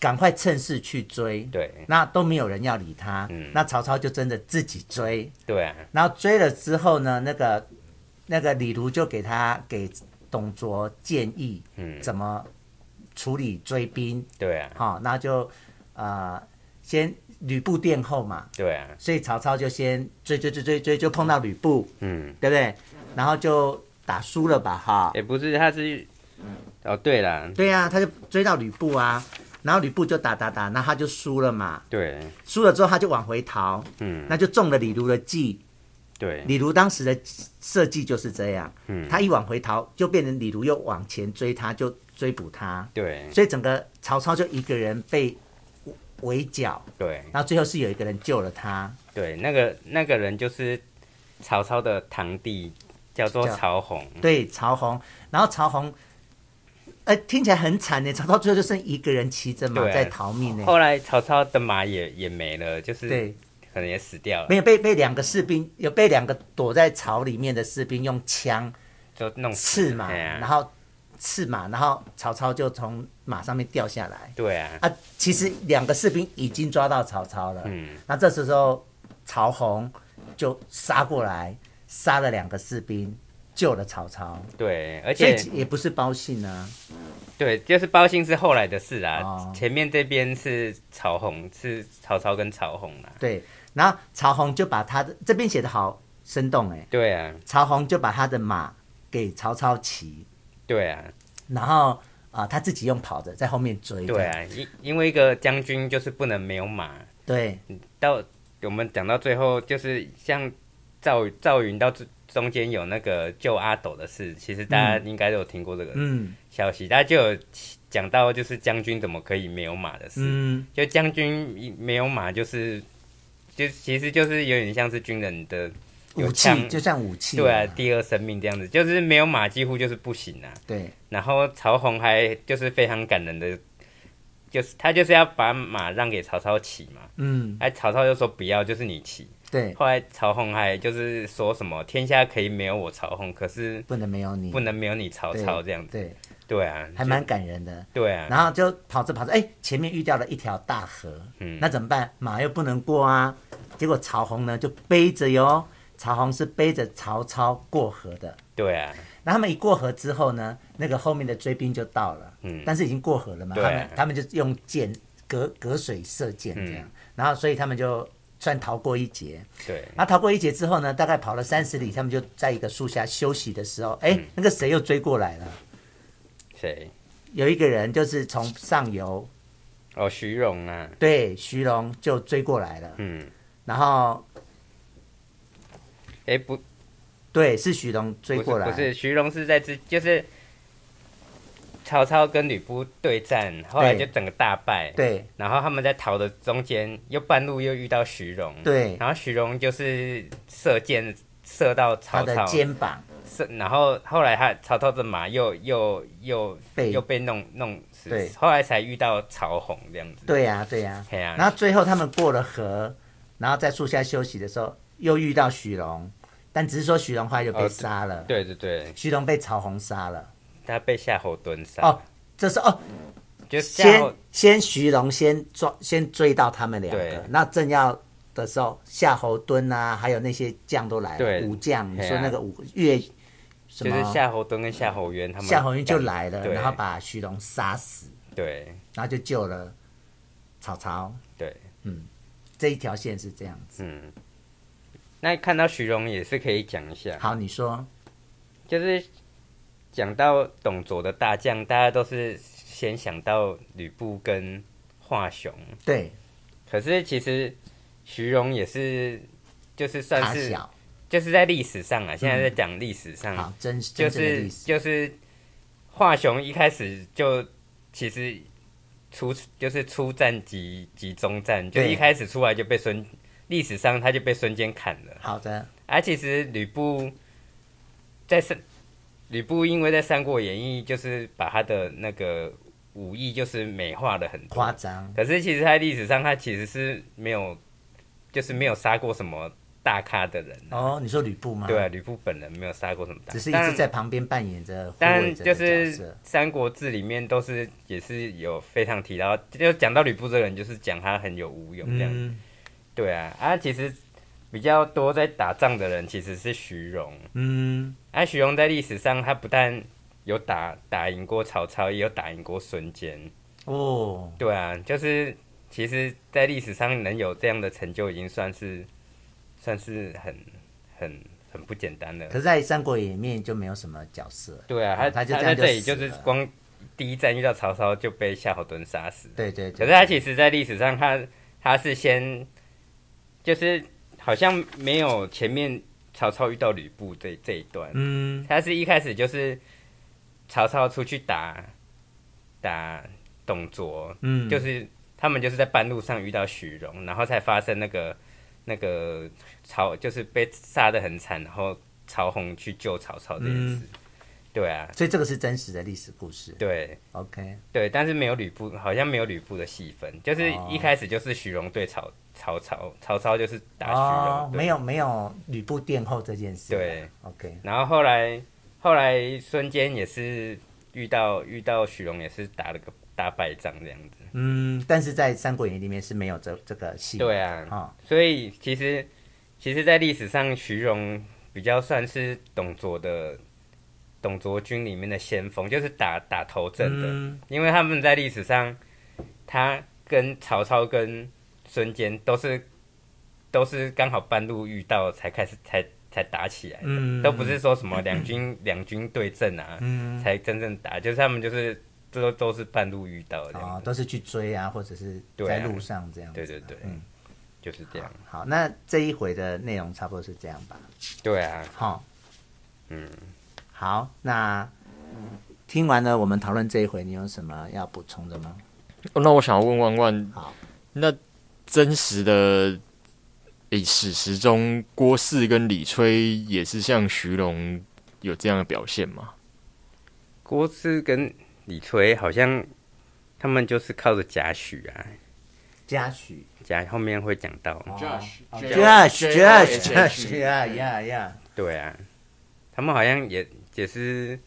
Speaker 1: 赶快趁势去追。
Speaker 3: 对
Speaker 1: 那都没有人要理他，
Speaker 3: 嗯
Speaker 1: 那曹操就真的自己追。
Speaker 3: 对啊，
Speaker 1: 然后追了之后呢，那个那个李儒就给他给董卓建议，
Speaker 3: 嗯
Speaker 1: 怎么处理追兵，
Speaker 3: 对啊，
Speaker 1: 哈、那就呃先吕布殿后嘛，
Speaker 3: 对啊，
Speaker 1: 所以曹操就先追追追追追，就碰到吕布，
Speaker 3: 嗯，
Speaker 1: 对不对？然后就打输了吧，哈。
Speaker 3: 也不是，他是哦，对啦，
Speaker 1: 对呀、他就追到吕布啊，然后吕布就打打打，那他就输了嘛，
Speaker 3: 对，
Speaker 1: 输了之后他就往回逃，
Speaker 3: 嗯，
Speaker 1: 那就中了李儒的计。
Speaker 3: 对，
Speaker 1: 李儒当时的设计就是这样，
Speaker 3: 嗯
Speaker 1: 他一往回逃，就变成李儒又往前追他，就追捕他，
Speaker 3: 对，
Speaker 1: 所以整个曹操就一个人被围围剿，
Speaker 3: 对，
Speaker 1: 然后最后是有一个人救了他，
Speaker 3: 对，那个那个人就是曹操的堂弟，叫做
Speaker 1: 叫
Speaker 3: 曹洪。
Speaker 1: 对，曹洪，然后曹洪。呃，听起来很惨呢。曹操最后就剩一个人骑着马
Speaker 3: 对啊
Speaker 1: 在逃命呢。
Speaker 3: 后来曹操的马也也没了，就是
Speaker 1: 对，
Speaker 3: 可能也死掉了
Speaker 1: 没，有被被两个士兵，有被两个躲在草里面的士兵用枪
Speaker 3: 就弄死
Speaker 1: 刺马，
Speaker 3: 对啊
Speaker 1: 然后刺马，然后曹操就从马上面掉下来。
Speaker 3: 对啊，
Speaker 1: 啊，其实两个士兵已经抓到曹操了。
Speaker 3: 嗯，
Speaker 1: 那这时候曹洪就杀过来，杀了两个士兵，救了曹操，
Speaker 3: 对，而
Speaker 1: 所以
Speaker 3: 且
Speaker 1: 也不是包信啊。
Speaker 3: 对，就是包信是后来的事啊，
Speaker 1: 哦
Speaker 3: 前面这边是曹洪，是曹操跟曹洪啦、
Speaker 1: 对，然后曹洪就把他的这边写的好生动哎、
Speaker 3: 对啊，
Speaker 1: 曹洪就把他的马给曹操骑，
Speaker 3: 对啊，
Speaker 1: 然后啊、他自己用跑的在后面追。
Speaker 3: 对啊，因因为一个将军就是不能没有马，
Speaker 1: 对
Speaker 3: 到我们讲到最后，就是像赵赵云到最中间有那个救阿斗的事，其实大家应该都有听过这个
Speaker 1: 嗯
Speaker 3: 消息，大家就有讲到就是将军怎么可以没有马的事，
Speaker 1: 嗯，
Speaker 3: 就将军一没有马就是就其实就是有点像是军人的有
Speaker 1: 武器
Speaker 3: 枪
Speaker 1: 就像武器。
Speaker 3: 对啊第二生命这样子，就是没有马几乎就是不行啊。
Speaker 1: 对
Speaker 3: 然后曹洪还就是非常感人的，就是他就是要把马让给曹操骑嘛，
Speaker 1: 嗯
Speaker 3: 哎曹操就说不要，就是你骑。
Speaker 1: 对，
Speaker 3: 后来曹洪还就是说什么天下可以没有我曹洪，可是
Speaker 1: 不能没有你，
Speaker 3: 不能没有你曹
Speaker 1: 对
Speaker 3: 操这样子。
Speaker 1: 对，
Speaker 3: 对啊，
Speaker 1: 还蛮嗯感人的。
Speaker 3: 对啊，
Speaker 1: 然后就跑着跑着，哎，前面遇到了一条大河，
Speaker 3: 嗯
Speaker 1: 那怎么办？马又不能过啊。结果曹洪呢就背着哟，曹洪是背着曹操过河的。
Speaker 3: 对啊，
Speaker 1: 然后他们一过河之后呢，那个后面的追兵就到了，
Speaker 3: 嗯
Speaker 1: 但是已经过河了嘛，他
Speaker 3: 对啊
Speaker 1: 们他们就用箭隔隔水射箭
Speaker 3: 嗯
Speaker 1: 这样，然后所以他们就算逃过一劫。
Speaker 3: 对
Speaker 1: 然后逃过一劫之后呢，大概跑了三十里，他们就在一个树下休息的时候，哎、
Speaker 3: 嗯
Speaker 1: 那个谁又追过来了？
Speaker 3: 谁？
Speaker 1: 有一个人就是从上游，
Speaker 3: 哦，徐荣啊，
Speaker 1: 对，徐荣就追过来了，
Speaker 3: 嗯，
Speaker 1: 然后
Speaker 3: 哎不，
Speaker 1: 对，是徐荣
Speaker 3: 不
Speaker 1: 追
Speaker 3: 是
Speaker 1: 过来，
Speaker 3: 不是，徐荣是在之就是曹操跟吕布对战，后来
Speaker 1: 对
Speaker 3: 就整个大败。。
Speaker 1: 对
Speaker 3: 然后他们在逃的中间，又半路又遇到徐荣，
Speaker 1: 对，
Speaker 3: 然后徐荣就是射箭射到
Speaker 1: 他
Speaker 3: 曹
Speaker 1: 的
Speaker 3: 操，
Speaker 1: 肩膀，
Speaker 3: 是，然后后来他曹操的马又又又
Speaker 1: 被
Speaker 3: 又被弄弄死
Speaker 1: 对，
Speaker 3: 后来才遇到曹洪这样子。
Speaker 1: 对呀、对呀、
Speaker 3: 嘿啊，
Speaker 1: 然后最后他们过了河，然后在树下休息的时候，又遇到许荣，但只是说许荣后来就被杀了，
Speaker 3: 哦对对对，
Speaker 1: 许荣被曹洪杀了。
Speaker 3: 他被夏侯惇杀，
Speaker 1: 哦，这是哦，
Speaker 3: 就夏侯
Speaker 1: 先先徐荣先抓先追到他们两个
Speaker 3: 对，
Speaker 1: 那正要的时候，夏侯惇啊，还有那些将都来
Speaker 3: 对
Speaker 1: 了，武将，你
Speaker 3: 嘿啊
Speaker 1: 说那个武越什
Speaker 3: 就是
Speaker 1: 么
Speaker 3: 夏侯惇跟夏侯渊他们，
Speaker 1: 夏侯渊就来了，
Speaker 3: 对
Speaker 1: 然后把徐荣杀死，
Speaker 3: 对
Speaker 1: 然后就救了曹操。
Speaker 3: 对，
Speaker 1: 这一条线是这样子。
Speaker 3: 嗯。那看到徐荣也是可以讲一下，
Speaker 1: 好，你说，
Speaker 3: 就是讲到董卓的大将，大家都是先想到吕布跟华雄，
Speaker 1: 对，
Speaker 3: 可是其实徐荣也是就是算
Speaker 1: 卡
Speaker 3: 是
Speaker 1: 小，
Speaker 3: 就是在历史上啊，现在在讲历史
Speaker 1: 嗯
Speaker 3: 上，
Speaker 1: 好，真真
Speaker 3: 嗯
Speaker 1: 正的
Speaker 3: 就是
Speaker 1: 历史，
Speaker 3: 就是华雄一开始就其实出就是出战及及中战，就
Speaker 1: 对
Speaker 3: 一开始出来就被孙历史上他就被孙坚砍了。
Speaker 1: 好的，
Speaker 3: 而、其实吕布在三吕布因为在《三国演义》就是把他的那个武艺就是美化了很
Speaker 1: 夸
Speaker 3: 多，
Speaker 1: 张，
Speaker 3: 可是其实他在历史上他其实是没有就是没有杀过什么大咖的人、啊。
Speaker 1: 哦，你说吕布吗？
Speaker 3: 对啊，，吕布本人没有杀过什么大咖，
Speaker 1: 只是一
Speaker 3: 当
Speaker 1: 直
Speaker 3: 然
Speaker 1: 在旁边扮演着护卫
Speaker 3: 但
Speaker 1: 者的
Speaker 3: 就
Speaker 1: 角
Speaker 3: 是《
Speaker 1: 色。
Speaker 3: 三国志》里面都是也是有非常提到，就讲到吕布这个人，就是讲他很有武勇这样。
Speaker 1: 嗯
Speaker 3: 对啊，啊，其实比较多在打仗的人其实是徐荣。
Speaker 1: 嗯，
Speaker 3: 啊，徐荣在历史上他不但有打打赢过曹操，也有打赢过孙坚。
Speaker 1: 哦，
Speaker 3: 对啊，就是其实，在历史上能有这样的成就，已经算是算是很很很不简单了
Speaker 1: 可。是，在《三国演义》里面就没有什么角色。
Speaker 3: 对啊，他
Speaker 1: 哦他就这
Speaker 3: 在
Speaker 1: 样就
Speaker 3: 这里
Speaker 1: 死
Speaker 3: 就是
Speaker 1: 了
Speaker 3: 光第一站遇到曹操就被夏侯惇杀死。
Speaker 1: 对对
Speaker 3: 可
Speaker 1: 对，
Speaker 3: 是他其实，在历史上他，他是先，就是好像没有前面曹操遇到吕布这这一段，
Speaker 1: 嗯，
Speaker 3: 他是一开始就是曹操出去打打董卓，
Speaker 1: 嗯
Speaker 3: 就是他们就是在半路上遇到许荣，然后才发生那个那个曹就是被杀的很惨，然后曹洪去救曹操这件事，
Speaker 1: 嗯
Speaker 3: 对啊，
Speaker 1: 所以这个是真实的历史故事。
Speaker 3: 对，
Speaker 1: OK，
Speaker 3: 对，但是没有吕布，好像没有吕布的戏份，就是
Speaker 1: 哦
Speaker 3: 一开始就是许荣对曹曹操，曹操就是打许荣、
Speaker 1: 哦，
Speaker 3: 对
Speaker 1: 没有。没有吕布殿后这件事啊。
Speaker 3: 对
Speaker 1: ，OK，
Speaker 3: 然后后来后来孙坚也是遇到遇到许荣也是打了个大败仗这样子，
Speaker 1: 嗯，但是在《三国演义》里面是没有这这个戏。
Speaker 3: 对
Speaker 1: 啊，
Speaker 3: 啊，
Speaker 1: 哦，
Speaker 3: 所以其实其实，在历史上许荣比较算是董卓的董卓军里面的先锋，就是打打头阵的。
Speaker 1: 嗯
Speaker 3: 因为他们在历史上，他跟曹操跟孙坚都是都是刚好半路遇到才开始才才打起来的，
Speaker 1: 嗯
Speaker 3: 都不是说什么两军 两军对阵啊，才真正打，就是他们就是都都是半路遇到这样
Speaker 1: 哦，
Speaker 3: 子，
Speaker 1: 都是去追啊，或者是
Speaker 3: 对
Speaker 1: 在
Speaker 3: 啊
Speaker 1: 路上这样子
Speaker 3: 对
Speaker 1: 嘛。
Speaker 3: 对对，
Speaker 1: 嗯，
Speaker 3: 就是这样，
Speaker 1: 好，那这一回的内容差不多是这样吧。
Speaker 3: 对啊，
Speaker 1: 好，
Speaker 3: 嗯，
Speaker 1: 好，那听完了我们讨论这一回，你有什么要补充的吗？
Speaker 4: 哦那我想问万万
Speaker 1: 好，
Speaker 4: 那真实的诶史实中，郭汜跟李吹也是像徐荣有这样的表现吗？
Speaker 3: 郭汜跟李逵好像他们就是靠着贾诩啊，
Speaker 1: 嘉许
Speaker 3: 贾后面会讲到，
Speaker 1: 哦
Speaker 4: 哦
Speaker 6: Josh，
Speaker 1: ，Josh，Josh，Josh，呀呀呀，
Speaker 3: 对啊，他们好像也也是，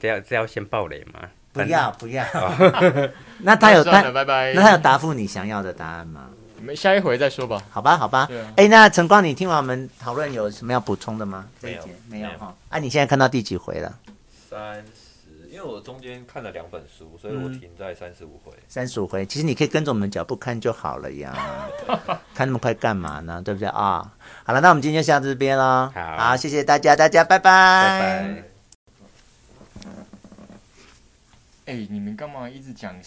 Speaker 3: 这要这要先爆雷吗？
Speaker 1: 不
Speaker 3: 反
Speaker 1: 要不要。
Speaker 2: 哦
Speaker 1: 那他 有
Speaker 4: 算了，
Speaker 1: 他
Speaker 4: 拜拜。
Speaker 1: 那他有答复你想要的答案吗？
Speaker 4: 你们下一回再说吧。
Speaker 1: 好吧，好吧
Speaker 4: 对啊。
Speaker 1: 哎，那晨光，你听完我们讨论有什么要补充的吗？这一
Speaker 2: 没有
Speaker 1: 节没有
Speaker 2: 没有
Speaker 1: 哈。啊，你现在看到第几回了？
Speaker 2: 三十，因为我中间看了两本书，所以
Speaker 1: 嗯
Speaker 2: 我停在三十五回。
Speaker 1: 三十五回，其实你可以跟着我们脚步看就好了 呀，看那么快干嘛呢？对不对啊、好了，那我们今天就到这边喽。
Speaker 3: 好
Speaker 1: 谢谢大家，大家拜拜。
Speaker 3: 拜
Speaker 2: 嗯
Speaker 3: 拜。
Speaker 4: 哎、你们干嘛一直讲